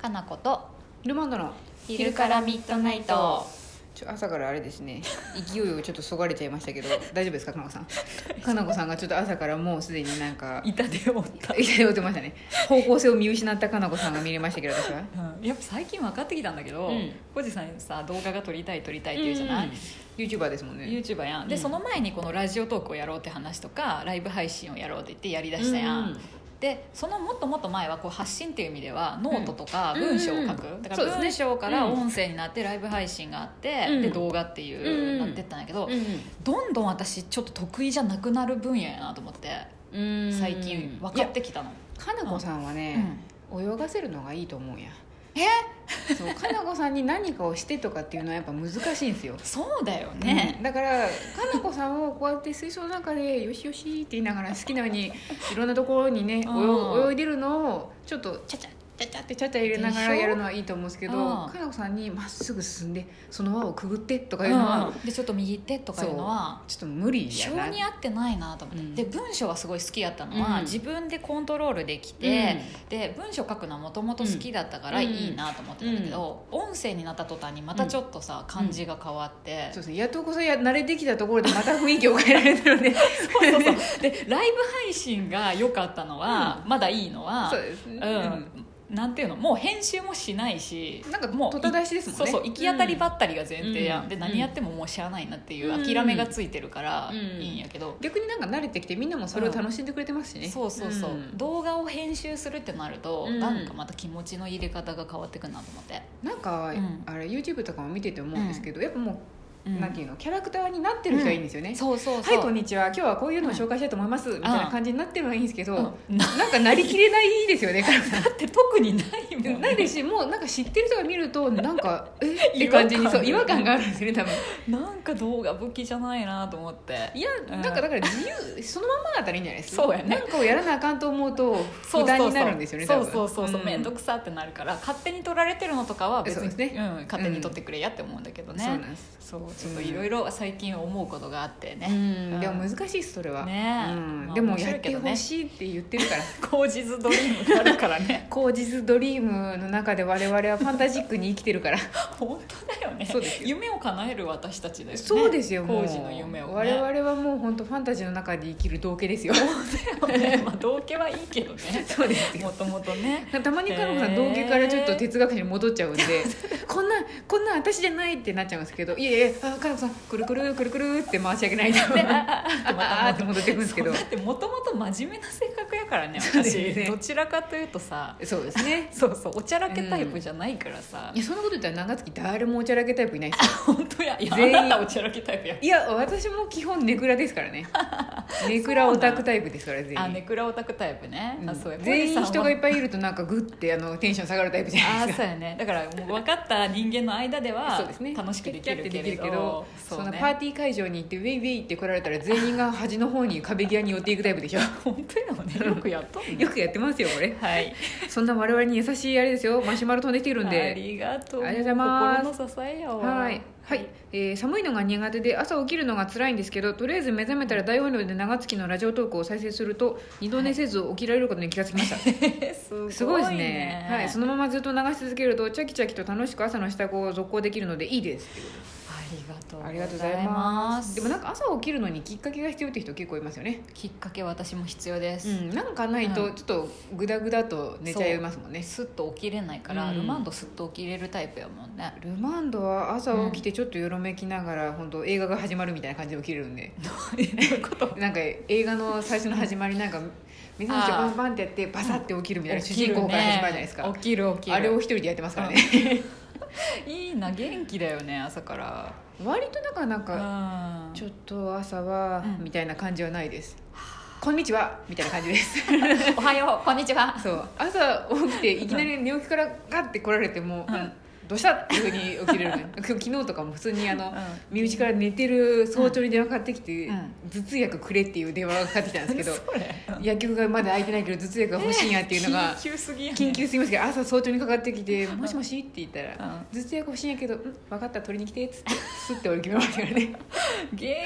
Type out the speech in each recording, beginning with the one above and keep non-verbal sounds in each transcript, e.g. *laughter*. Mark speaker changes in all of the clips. Speaker 1: かなこと
Speaker 2: ルマンドの
Speaker 1: 昼からミッドナイト
Speaker 2: ちょ朝からあれです
Speaker 1: *laughs*
Speaker 2: ね勢いをちょっとそがれちゃいましたけど大丈夫ですかかなこさんかなこさんがちょっと朝からもうすでになんか
Speaker 1: 痛手を負った、
Speaker 2: 痛いを打てましたね *laughs* 方向性を見失ったかなこさんが見れましたけど私は
Speaker 1: うん、やっぱ最近分かってきたんだけど
Speaker 2: うん
Speaker 1: コジ、さんさ動画が撮りたい撮りたいって言
Speaker 2: いう
Speaker 1: う
Speaker 2: じ
Speaker 1: じ
Speaker 2: ゃ
Speaker 1: ゃな
Speaker 2: な
Speaker 1: いい、
Speaker 2: YouTuber ですもんね
Speaker 1: YouTuber やんで、
Speaker 2: うん
Speaker 1: その前にこのラジオトークをやろうって話とかライブ配信をやろうって言ってやりだしたやん、
Speaker 2: うん
Speaker 1: でそのもっともっと前はこう発信っていう意味ではノートとか
Speaker 2: うん
Speaker 1: 文章を書
Speaker 2: うん
Speaker 1: く、
Speaker 2: うんうん
Speaker 1: だか
Speaker 2: そう
Speaker 1: ら
Speaker 2: ですね
Speaker 1: 文章から
Speaker 2: うん
Speaker 1: 音声になってライブ配信があって、
Speaker 2: うん
Speaker 1: で動画っていう、
Speaker 2: うん
Speaker 1: なってったんだけど、
Speaker 2: う
Speaker 1: どんどん私ちょっと得意じゃなくなる分野やなと思って
Speaker 2: ん
Speaker 1: 最近分かってきたの、
Speaker 2: いやかなこさんはね、泳がせるのがいいと思うやえそうかなこさんに何かをしてとかっていうのはやっぱ難しいんですよ
Speaker 1: そうだよね、
Speaker 2: うんだからかなこさんをこうやって水槽の中で「よしよし」って言いながら好きなよう
Speaker 1: *laughs*
Speaker 2: にいろんなところにね
Speaker 1: うん
Speaker 2: 泳泳いでるのをちょっとちゃちゃちゃちゃってちゃちゃ入れながらやるのはいいと思うんですけど
Speaker 1: うん
Speaker 2: かなこさんにまっすぐ進んでその輪をくぐってとか
Speaker 1: う
Speaker 2: い
Speaker 1: ん
Speaker 2: うのは
Speaker 1: でちょっと右手とかいうのは
Speaker 2: ちょっと無理
Speaker 1: 性
Speaker 2: やな
Speaker 1: に合ってないなと思って、
Speaker 2: うん
Speaker 1: で文章はすごい好きやったのは、
Speaker 2: うん
Speaker 1: 自分でコントロールできて、で文章書くのはもともと好きだったから
Speaker 2: うん
Speaker 1: いいなと思ってたんだけど、音声になった途端にまたちょっとさ、感じが変わって、
Speaker 2: そうですねやっとこそや慣れてきたところでまた雰囲気を変えられたので
Speaker 1: そうそうそうでライブ配信が良かったのは、まだいいのは
Speaker 2: そうです
Speaker 1: う
Speaker 2: ね、
Speaker 1: ん、なんていうのもう編集もしないし
Speaker 2: なんか
Speaker 1: もう
Speaker 2: 戸田出しですもんね
Speaker 1: そうそう行き当たりばったりが前提やん、
Speaker 2: うん
Speaker 1: で何やってももうしゃあないなっていう
Speaker 2: うん
Speaker 1: 諦めがついてるから
Speaker 2: うん
Speaker 1: いいんやけど、
Speaker 2: 逆になんか慣れてきてみんなもそれを楽しんでくれてますしね、
Speaker 1: そうそうそう、
Speaker 2: ん
Speaker 1: 動画を編集するってなると、
Speaker 2: うん
Speaker 1: なんかまた気持ちの入れ方が変わってくるなと思って、
Speaker 2: なんか、
Speaker 1: うん
Speaker 2: あれ YouTube とかも見てて思うんですけど、やっぱもう、なんていううのキャラクターになってる人はいいんですよね、
Speaker 1: んそうそう
Speaker 2: は
Speaker 1: そう、
Speaker 2: いこんにちは今日はこういうのを紹介したいと思います、みたいな感じになってるのはいいんですけど、
Speaker 1: うんな
Speaker 2: なんかなりきれないです
Speaker 1: *laughs*
Speaker 2: よねカラコさん
Speaker 1: だって特にないもん、
Speaker 2: ないですしもうなんか知ってる人が見るとなんかえって
Speaker 1: 違和感
Speaker 2: 感じにそう違和感があるんですよね多分
Speaker 1: なんか動画武器じゃないなと思って
Speaker 2: いや
Speaker 1: うん
Speaker 2: なんかだから自由そのまんまだったらいいんじゃないですか
Speaker 1: そうやね
Speaker 2: なんかをやらなあかんと思うと
Speaker 1: そ
Speaker 2: 負
Speaker 1: うそう
Speaker 2: 担
Speaker 1: そう
Speaker 2: になるんですよね
Speaker 1: そ
Speaker 2: 多
Speaker 1: う
Speaker 2: 分
Speaker 1: そうそうそう面倒、
Speaker 2: ん
Speaker 1: くさってなるから勝手に取られてるのとかは別に
Speaker 2: そうですね
Speaker 1: ん、勝手に取ってくれやって思うんだけど
Speaker 2: そう
Speaker 1: ね、
Speaker 2: なんです
Speaker 1: そうちょっといろいろ最近思うことがあって
Speaker 2: う
Speaker 1: ね、
Speaker 2: ん、
Speaker 1: うん
Speaker 2: でも難しいですそれは、
Speaker 1: ねえ
Speaker 2: うん
Speaker 1: まあ
Speaker 2: でも
Speaker 1: 面白
Speaker 2: やっ
Speaker 1: いけ
Speaker 2: て
Speaker 1: どね
Speaker 2: ほしいって言ってるから
Speaker 1: 口実ドリームがあるから
Speaker 2: *laughs*
Speaker 1: ね
Speaker 2: 口実ドリームの中で我々はファンタジックに生きて *laughs* るから
Speaker 1: 本当だよね
Speaker 2: そうですよ
Speaker 1: 夢を叶える私たちだよね
Speaker 2: そうですよもう
Speaker 1: 工事の夢を、ね、
Speaker 2: 我々はもう本当ファンタジーの中で生きる道家ですよ
Speaker 1: 々、ねまあ、道家はいいけどね
Speaker 2: そうですよ
Speaker 1: もともとね
Speaker 2: たまにかのこさん
Speaker 1: へー
Speaker 2: 道家からちょっと哲学者に戻っちゃうんでこんなこんな私じゃないってなっちゃうんですけどいやいやあかのこさんくるくるくるくるって回し上げないと *laughs* ああーって戻ってくるんですけ
Speaker 1: そ
Speaker 2: ど
Speaker 1: うだってもともと真面目な性格やからね
Speaker 2: そうです
Speaker 1: 私
Speaker 2: ね
Speaker 1: どちらかというとさ
Speaker 2: そうですね
Speaker 1: そうそうおちゃらけタイプじゃないからさ、
Speaker 2: いやそんなこと言ったら長月誰もおちゃらけタイプいないですよ
Speaker 1: 本当やいや
Speaker 2: 全員
Speaker 1: あなたおちゃらけタイプや
Speaker 2: いや私も基本ネクラですから *laughs* ねネクラオタクタイプですから全員
Speaker 1: あネクラオタクタイプね、
Speaker 2: うん
Speaker 1: あそうや
Speaker 2: 全員人がいっ
Speaker 1: ぱい
Speaker 2: ぱいいるとなんかグッてあのテンション下がるタイプじゃない
Speaker 1: あ
Speaker 2: で
Speaker 1: ー
Speaker 2: すか
Speaker 1: そうやねだからもう分かった人間の間では
Speaker 2: *laughs* そうですね
Speaker 1: 楽しくできるけれど
Speaker 2: そ
Speaker 1: うんね
Speaker 2: なパーティー会場に行ってウェイウェイって来られたら全員が端の方に壁際に寄っていくタイプでしょ
Speaker 1: 本当よねよくやっとんね
Speaker 2: よくやってますよこれ
Speaker 1: はい
Speaker 2: そんな我々に優しいあれですよマシュマロ飛んできてるん
Speaker 1: あ
Speaker 2: で
Speaker 1: りがとう
Speaker 2: ありがとうございます
Speaker 1: 心の支えやわ
Speaker 2: はい、はいえー寒いのが苦手で朝起きるのが辛いんですけどとりあえず目覚めたら大音量で長月のラジオトークを再生すると二度寝せず起きられることに気がつきました
Speaker 1: す
Speaker 2: すごいですねはい、そのままずっと流し続けるとチャキチャキと楽しく朝の支度を続行できるのでいいです
Speaker 1: ありがとう
Speaker 2: ありがとうございますで
Speaker 1: で
Speaker 2: も
Speaker 1: も
Speaker 2: なんか朝起きるのにきっかけが必要って人結構いますよね、
Speaker 1: きっかけ私も必要です、
Speaker 2: うん、なんかないとちょっとグダグダと寝ちゃいますもんね
Speaker 1: すっと起きれないから、
Speaker 2: うん
Speaker 1: ルマンドすっと起きれるタイプやもん
Speaker 2: *laughs*
Speaker 1: ね
Speaker 2: ルマンドは朝起きてちょっとよろめきながら、本当映画が始まるみたいな感じで起きれるんで
Speaker 1: どういうこと
Speaker 2: なんか映画の最初の始まりなんか目覚ましをバンバンってやってバサって起きるみたいな主人公から始まるじゃないですか、
Speaker 1: 起きる起きる
Speaker 2: あれを一人でやってますからね、
Speaker 1: *laughs* いいな元気だよね朝から
Speaker 2: 割とだからなんか、
Speaker 1: うん
Speaker 2: ちょっと朝は、
Speaker 1: うん
Speaker 2: みたいな感じはないです。こんにちはみたいな感
Speaker 1: *laughs*
Speaker 2: じです。
Speaker 1: おは *laughs* ようこんにちは
Speaker 2: そう、朝起きていきなり寝起きからガって来られても、
Speaker 1: うん
Speaker 2: うんどうしたっていうふうに起きれる
Speaker 1: *laughs*
Speaker 2: のよ。昨日とかも普通にあの
Speaker 1: うん。
Speaker 2: 身内から寝てる早朝に電話かかってきて、
Speaker 1: うん
Speaker 2: 頭痛薬くれっていう電話がかかってきたんですけ *laughs* ど、
Speaker 1: それ
Speaker 2: 薬局がまだ空いてないけど頭痛薬が欲しいんやっていうのが
Speaker 1: 緊急すぎやね
Speaker 2: 緊急すぎますけど朝早朝にかかってきて「もしもし?」って言ったら
Speaker 1: う
Speaker 2: 「
Speaker 1: ん
Speaker 2: 頭痛薬欲しいんやけど、うん、分かった取りに来て」っつってスッて俺決めましたからね
Speaker 1: 元気や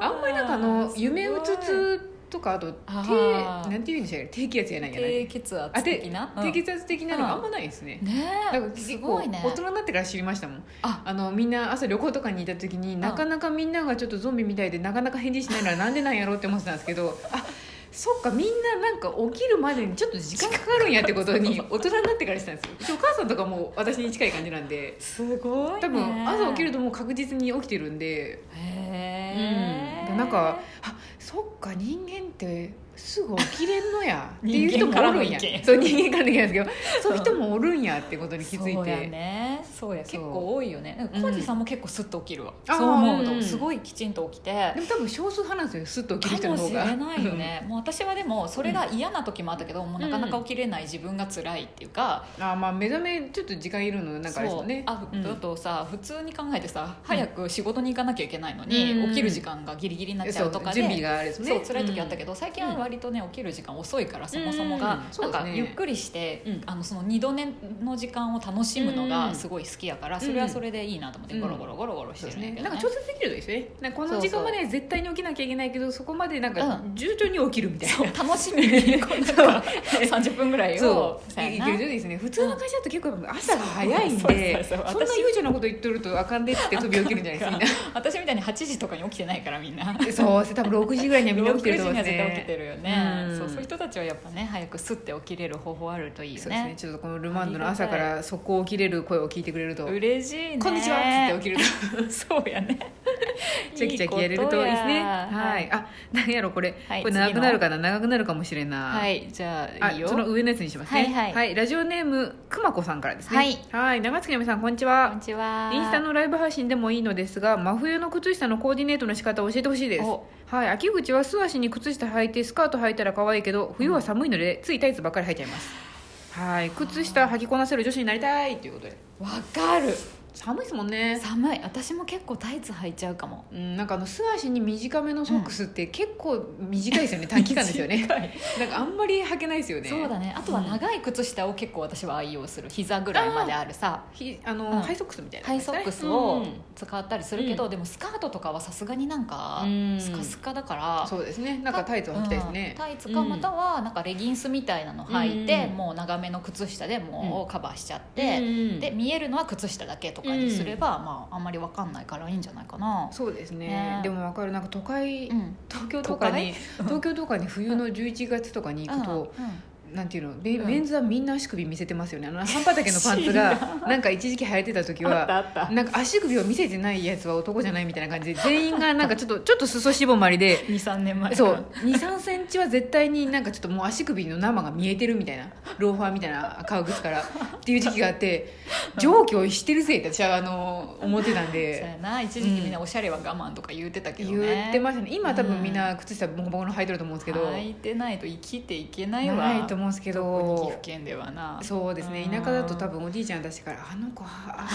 Speaker 1: な
Speaker 2: あんまりなんかあの夢うつつとかあと
Speaker 1: あ
Speaker 2: 低
Speaker 1: ー
Speaker 2: なんていうんでしたっけ低気圧じゃないじゃない
Speaker 1: 低血
Speaker 2: あ
Speaker 1: 圧
Speaker 2: て
Speaker 1: 的なうん
Speaker 2: 低血圧的なのがあんまないですね、
Speaker 1: ね
Speaker 2: だから
Speaker 1: えす
Speaker 2: 結構
Speaker 1: ごいね
Speaker 2: 大人になってから知りましたもん
Speaker 1: あ
Speaker 2: あのみんな朝旅行とかにいた時になかなかみんながちょっとゾンビみたいでなかなか返事しないのはなんでなんやろうって思ってたんですけどあそっかみんななんか起きるまでにちょっと時間かかるんやってこ
Speaker 1: *laughs*
Speaker 2: とに大人になってからしたんですようちお母さんとかも私に近い感じなんです
Speaker 1: ごいね
Speaker 2: 多分朝起きるともう確実に起きてるんで
Speaker 1: へえ、
Speaker 2: うんなんかあそっか人間ってすぐ起きれん
Speaker 1: *laughs*
Speaker 2: のやっていう人
Speaker 1: 人
Speaker 2: も
Speaker 1: 間か
Speaker 2: お
Speaker 1: ら
Speaker 2: る
Speaker 1: の
Speaker 2: ん
Speaker 1: 意見
Speaker 2: やそう人間からの意見なんです
Speaker 1: *laughs*
Speaker 2: けどそういう人もおるんやってことに気づ
Speaker 1: そうや
Speaker 2: いて。
Speaker 1: ねそうや
Speaker 2: そう
Speaker 1: 結構多いよねなんか
Speaker 2: うん
Speaker 1: コージさんも結構スッと起きるわ、
Speaker 2: あー
Speaker 1: そう思うと、
Speaker 2: うん
Speaker 1: すごいきちんと起きて
Speaker 2: でも多分少数派なんですよスッと起きる人
Speaker 1: か
Speaker 2: の
Speaker 1: も
Speaker 2: 方
Speaker 1: し
Speaker 2: が
Speaker 1: れないよね、もう私はでもそれが嫌な時もあったけど、もうなかなか起きれない自分が辛いっていうか、
Speaker 2: うんあまあ目覚めちょっと時間いるのなんかあれです
Speaker 1: そ
Speaker 2: よ
Speaker 1: う
Speaker 2: ね
Speaker 1: あ
Speaker 2: うん
Speaker 1: だとさ普通に考えてさ早く仕事に行かなきゃいけないのに、
Speaker 2: うん
Speaker 1: 起きる時間がギリギリになっちゃ
Speaker 2: そう
Speaker 1: うとかで
Speaker 2: 準備があれですね
Speaker 1: そう辛い時あったけ
Speaker 2: ど、
Speaker 1: ど、最近は割とね起きる時間遅いからそもそも
Speaker 2: うん
Speaker 1: が、
Speaker 2: そう
Speaker 1: な
Speaker 2: で
Speaker 1: ん
Speaker 2: すね
Speaker 1: かゆっくりして、
Speaker 2: うん
Speaker 1: あのその二度寝の時間を楽しむの
Speaker 2: うん
Speaker 1: がすごい好きやから、それはそれでいいなと思って
Speaker 2: うん
Speaker 1: ゴロゴロゴロゴロし
Speaker 2: そう
Speaker 1: てる
Speaker 2: です
Speaker 1: んや
Speaker 2: ね
Speaker 1: けど、ね
Speaker 2: なんか調節できるといいですよねなんかこの時間まで絶対に起きなきゃいけないけどそこまでなんか
Speaker 1: う
Speaker 2: 順調に起きるみたいな、
Speaker 1: そう楽しみにこうなんか30分ぐらい
Speaker 2: そ
Speaker 1: を
Speaker 2: う
Speaker 1: さ
Speaker 2: い
Speaker 1: や
Speaker 2: い
Speaker 1: な
Speaker 2: けるといいですね普通の会社だと結構朝が早いん
Speaker 1: そうそう
Speaker 2: で
Speaker 1: そ
Speaker 2: そ
Speaker 1: うんそう
Speaker 2: な
Speaker 1: 私
Speaker 2: 悠長なこと言っとるとあかんでって飛び起きるんじゃないですかみんな
Speaker 1: 私みたいに8時とかに起きてないからみんな
Speaker 2: そう多分6時ぐらいにはみんな起きてると
Speaker 1: 6時
Speaker 2: 思い
Speaker 1: に
Speaker 2: ま
Speaker 1: は絶対
Speaker 2: す
Speaker 1: 起きて
Speaker 2: ね
Speaker 1: るよね、
Speaker 2: うん
Speaker 1: そうそういう人たちはやっぱね早くすって起きれる方法あるといいよ
Speaker 2: そうですね
Speaker 1: ね
Speaker 2: ちょっとこのルマンドの朝から速攻起きれる声を聞いてくれると
Speaker 1: 嬉しいね
Speaker 2: 「こんにちは」って言って起きる
Speaker 1: *laughs*
Speaker 2: と
Speaker 1: そうやね。
Speaker 2: *laughs* チャキチャキやれるといいですねはい。あなんやろこれ、
Speaker 1: はい
Speaker 2: これ長くなるかな長くなるかもしれんな
Speaker 1: はいい、じゃあ
Speaker 2: あ
Speaker 1: いいよ。
Speaker 2: その上のやつにしますね
Speaker 1: はいはい
Speaker 2: ラジオネームくまこさんからですね
Speaker 1: はい
Speaker 2: 長月の皆さんこんにち
Speaker 1: こん
Speaker 2: は
Speaker 1: にちは。
Speaker 2: インスタのライブ配信でもいいのですが真冬の靴下のコーディネートの仕方を教えてほしいです
Speaker 1: お
Speaker 2: はい秋口は素足に靴下履いてスカート履いたら可愛いけど冬は寒いので、ついタイツばっかり履いちゃいますはい靴下履きこなせる女子になりたいということで
Speaker 1: わかる。
Speaker 2: 寒いですもんね
Speaker 1: 寒い。私も結構タイツ履いちゃうかも。
Speaker 2: うん、なんかあの素足に短めのソックスって結構短いですよね、短期間ですよねなんかあんまり履けないですよね
Speaker 1: そうだね。あとは長い靴下を結構私は愛用する。膝ぐらいまであるさ。
Speaker 2: ひあの、
Speaker 1: うん
Speaker 2: ハイソックスみたいな
Speaker 1: ハ
Speaker 2: 感
Speaker 1: イ
Speaker 2: じです
Speaker 1: ソ
Speaker 2: か
Speaker 1: ッ
Speaker 2: ね、
Speaker 1: クスを
Speaker 2: うん
Speaker 1: 使ったりするけど、
Speaker 2: う
Speaker 1: でもスカートとかはさすがになんか
Speaker 2: うん
Speaker 1: スカスカだから、
Speaker 2: そうですねなんかタイツを履きたいですね
Speaker 1: うん、タイツかまたはなんかレギンスみたいなの履いて、
Speaker 2: うん
Speaker 1: もう長めの靴下でもうカバーしちゃって、
Speaker 2: うん
Speaker 1: で見えるのは靴下だけとかにすれば、まあ、あんまりわかんないからいいんじゃないかな。
Speaker 2: そうですね
Speaker 1: ね
Speaker 2: でもわかるなんか都会、
Speaker 1: うん、
Speaker 2: 東京とかに東京とかに冬の11月とかに行くと、なんていうのメ,、
Speaker 1: うん
Speaker 2: ンズはみんな足首見せてますよねあの半端だけのパンツ
Speaker 1: *laughs*
Speaker 2: がなんか一時期流行ってた時は
Speaker 1: あった
Speaker 2: なんか足首を見せてないやつは男じゃないみたいな感じで全員がなんかちょ
Speaker 1: *laughs*
Speaker 2: っとちょっと裾絞まりで
Speaker 1: 23年前
Speaker 2: そう23センチは絶対になんかちょっともう足首の生が見えてるみたいなローファーみたいな革靴からっていう時期があって
Speaker 1: *laughs*
Speaker 2: 上京してるぜって私はあの思ってたん
Speaker 1: そう
Speaker 2: で
Speaker 1: やな一時期みんなおしゃれは我慢とか言うてたけどね
Speaker 2: 言ってましたね今多分みん
Speaker 1: う
Speaker 2: な靴下ボコボコの履いてると思うんですけど
Speaker 1: 履いてないと生きていけないわ
Speaker 2: ないと思うんですけ
Speaker 1: 特に岐
Speaker 2: ど
Speaker 1: 阜県ではな
Speaker 2: そうですね
Speaker 1: うん
Speaker 2: 田舎だと多分おじいちゃんたちから「あの
Speaker 1: *laughs*
Speaker 2: 子ああ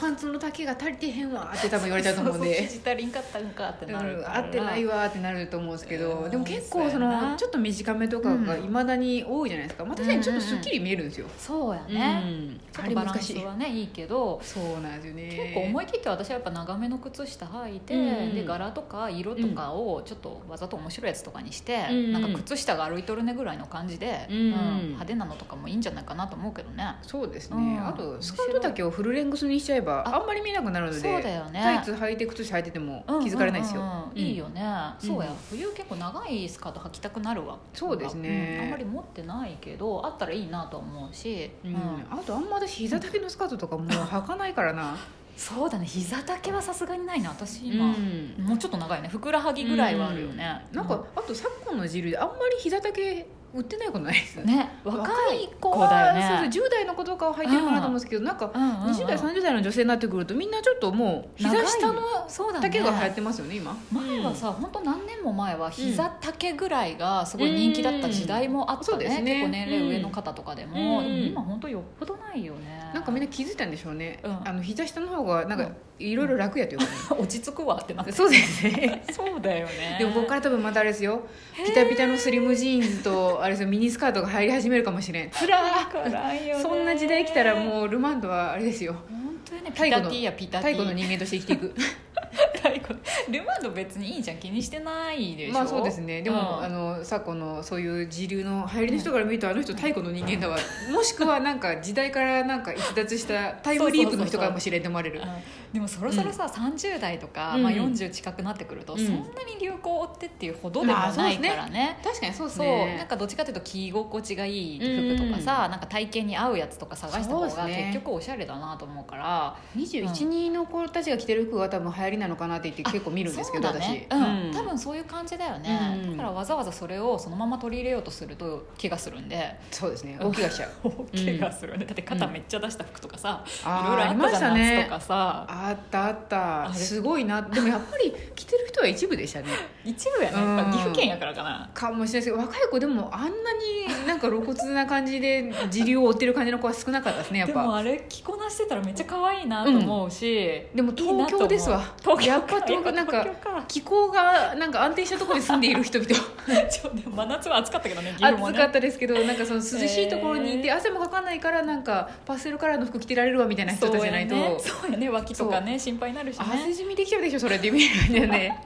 Speaker 2: パンツの丈が足りてへんわ」って多分言われちゃうと思うん
Speaker 1: そう
Speaker 2: で
Speaker 1: そう。生地足りんかったんかってなる
Speaker 2: うん
Speaker 1: から
Speaker 2: 合ってない
Speaker 1: わ
Speaker 2: わーってなると思うんですけど、
Speaker 1: うん
Speaker 2: でも結構そ
Speaker 1: そうや
Speaker 2: の
Speaker 1: な
Speaker 2: ちょっと短めとかが
Speaker 1: うん
Speaker 2: いまだに多いじゃないですか、まあ、確かにちょっとすっきり見えるんですよ、
Speaker 1: そうや
Speaker 2: うん
Speaker 1: ね、ちょ
Speaker 2: あ
Speaker 1: っと
Speaker 2: れ
Speaker 1: バラ
Speaker 2: 難
Speaker 1: ン
Speaker 2: し
Speaker 1: ス
Speaker 2: い
Speaker 1: はねいいけど
Speaker 2: そうなんですよね
Speaker 1: 結構思い切って私はやっぱ長めの靴下履いて、
Speaker 2: うん
Speaker 1: で柄とか色とかをちょっとわざと面白いやつとかにして、
Speaker 2: うん
Speaker 1: なんか靴下が歩いとるねぐらいの感じで、
Speaker 2: うん
Speaker 1: 派手なのとかもいいんじゃないかなと思うけどね、
Speaker 2: そうですね、
Speaker 1: うん
Speaker 2: あとスカート丈をフルレングスにしちゃえば
Speaker 1: あ
Speaker 2: あんまり見えなくなるので
Speaker 1: そうだよね
Speaker 2: タイツ履いて靴下履いてても気づかれないですよ、
Speaker 1: うんうんうんいいよね、
Speaker 2: うん
Speaker 1: そうや冬結構長いスカート履きたくなるわ
Speaker 2: そうですね
Speaker 1: うんあんまり持ってないけどあったらいいなと思うし、
Speaker 2: う
Speaker 1: うんん
Speaker 2: あとあんま私膝丈のスカートとか
Speaker 1: *laughs*
Speaker 2: もう履かないからな、
Speaker 1: そうだね膝丈はさすがにないな私
Speaker 2: う
Speaker 1: 今、
Speaker 2: ん
Speaker 1: もうちょっと長いよねふくらはぎぐらいはあるよね、
Speaker 2: なんかあと昨今の時流であんまり膝丈売ってないことないですよね
Speaker 1: ね若い子だよね
Speaker 2: そうそう10代の子とかを履いてるかなと思うんですけど、なんか
Speaker 1: うんうんうん
Speaker 2: 20代30代の女性になってくるとみんなちょっともう膝下の
Speaker 1: そうだ、ね、
Speaker 2: 丈が流行ってますよね今
Speaker 1: 前はさ本当何年も前は膝丈ぐらいがすごい人気だった時代もあった
Speaker 2: うんそう
Speaker 1: ね,、
Speaker 2: ですね
Speaker 1: 結構年齢上の方とかでも、
Speaker 2: うん
Speaker 1: でも今本当よっぽどないよね
Speaker 2: なんかみんな気づいたんでしょうね、
Speaker 1: うん
Speaker 2: あの膝下の方がなん
Speaker 1: う
Speaker 2: か
Speaker 1: ん
Speaker 2: いろいろ楽やというかね、
Speaker 1: 落ち着くわってなって
Speaker 2: そうですね
Speaker 1: そうだよね
Speaker 2: でもここから多分またあれですよピタピタのスリムジーンズとあれですよミニスカートが入り始めるかもしれんつらー
Speaker 1: らん
Speaker 2: そんな時代来たら
Speaker 1: う
Speaker 2: もうルマンドはあれですよ
Speaker 1: 本当にね
Speaker 2: 太
Speaker 1: ピ
Speaker 2: 古
Speaker 1: タ
Speaker 2: の
Speaker 1: ティやピタ
Speaker 2: 太
Speaker 1: ティ
Speaker 2: 古の人間として生きていく
Speaker 1: 太いことルマンド別にいいじゃん気にしてないでしょ
Speaker 2: まあそうですねでも、
Speaker 1: うん
Speaker 2: あの昨今のそういう時流の流行りの人から見るとあの人太古の人間だわもしくはなんか時代からなんか逸脱したタイムリープの人かもしれんと思われる
Speaker 1: うんでもそろそろさ、30代とか、
Speaker 2: うん
Speaker 1: まあ、40近くなってくると、
Speaker 2: うん
Speaker 1: そんなに流行を追ってっていうほどでも
Speaker 2: まあそう
Speaker 1: な
Speaker 2: で
Speaker 1: い
Speaker 2: すね
Speaker 1: からね。
Speaker 2: 確かにそうです
Speaker 1: そう
Speaker 2: ね
Speaker 1: なんかどっちかというと着心地がいい服とかさ、なんか体型に合うやつとか探した方
Speaker 2: そうです
Speaker 1: が
Speaker 2: ね
Speaker 1: 結局おしゃれだなと思うから
Speaker 2: 21、2の子たちが着てる服が多分流行りなのかなって言って結構見るんですけど、
Speaker 1: そうだね
Speaker 2: 私、
Speaker 1: うん、多分そういう感じだよ
Speaker 2: う
Speaker 1: ね、
Speaker 2: んうん
Speaker 1: だからわざわざそれをそのまま取り入れようとすると怪我するん *laughs* で
Speaker 2: そうですね
Speaker 1: うん
Speaker 2: 大きがしちゃう
Speaker 1: 怪我するよね、だって肩めっちゃ出した服とかさ、いろいろ
Speaker 2: ー
Speaker 1: あったじゃん、夏とかさ
Speaker 2: あったあった
Speaker 1: あれ
Speaker 2: すごいなでもやっぱり着てる人は一部でしたね
Speaker 1: 一部やね
Speaker 2: うん
Speaker 1: やっぱ岐阜県やからかな、
Speaker 2: かもしれないですけど若い子でもあんなになんか露骨な感じで時流を追ってる感じの子は少なかったですねやっ
Speaker 1: でも
Speaker 2: ぱ
Speaker 1: あれ着こなしてたらめっちゃ可愛いなと思うし、
Speaker 2: で
Speaker 1: いい
Speaker 2: も
Speaker 1: な
Speaker 2: 東
Speaker 1: と思
Speaker 2: 京
Speaker 1: う
Speaker 2: ですわ
Speaker 1: 東京
Speaker 2: やっぱ東京なんか
Speaker 1: 東京
Speaker 2: 気候がなんか安定したところに *laughs* 住んでいる人々
Speaker 1: か *laughs* ちょでも真夏は暑かったけどね岐阜も
Speaker 2: 暑
Speaker 1: ね
Speaker 2: かったですけどなんかその涼しいところにいて
Speaker 1: へ
Speaker 2: 汗もかかないからなんかパステルカラーの服着てられるわみたいな人たちじゃないと、
Speaker 1: そうやねそうやね脇とかね心配になるし
Speaker 2: 汗
Speaker 1: ね
Speaker 2: 染みできちゃうでしょそれって意味だよね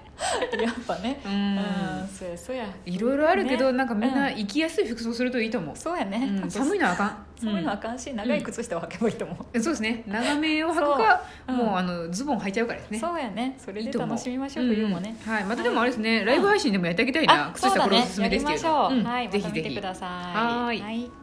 Speaker 1: やっぱね
Speaker 2: *laughs* う
Speaker 1: うん
Speaker 2: ん
Speaker 1: そうやそうや
Speaker 2: いろいろあるけど、
Speaker 1: ね
Speaker 2: なんかみんな
Speaker 1: う
Speaker 2: 行きやすい服装するといいと思う、
Speaker 1: そうやね、
Speaker 2: うん、寒いのはあかん
Speaker 1: 寒いのはあかんし、長い靴下を履けばいいと思う、
Speaker 2: うんそうですね長めを履くか、
Speaker 1: そううん
Speaker 2: もうあのズボン履いちゃうからですね
Speaker 1: そうやねそれ
Speaker 2: いい
Speaker 1: で
Speaker 2: と思う
Speaker 1: 楽しみましょう冬もね、
Speaker 2: うんはいまたでもあれですね、ライブ配信でもやってあげたいな、
Speaker 1: あ
Speaker 2: 靴
Speaker 1: そう
Speaker 2: 下
Speaker 1: だ
Speaker 2: これお
Speaker 1: ね
Speaker 2: すす
Speaker 1: や
Speaker 2: めで
Speaker 1: り
Speaker 2: すけ
Speaker 1: ま
Speaker 2: れ
Speaker 1: し
Speaker 2: ど
Speaker 1: ょ
Speaker 2: も
Speaker 1: う、
Speaker 2: うん
Speaker 1: はいま
Speaker 2: ぜ
Speaker 1: た
Speaker 2: ひ
Speaker 1: 見
Speaker 2: ぜ
Speaker 1: て
Speaker 2: ひ
Speaker 1: ください
Speaker 2: はーい
Speaker 1: はい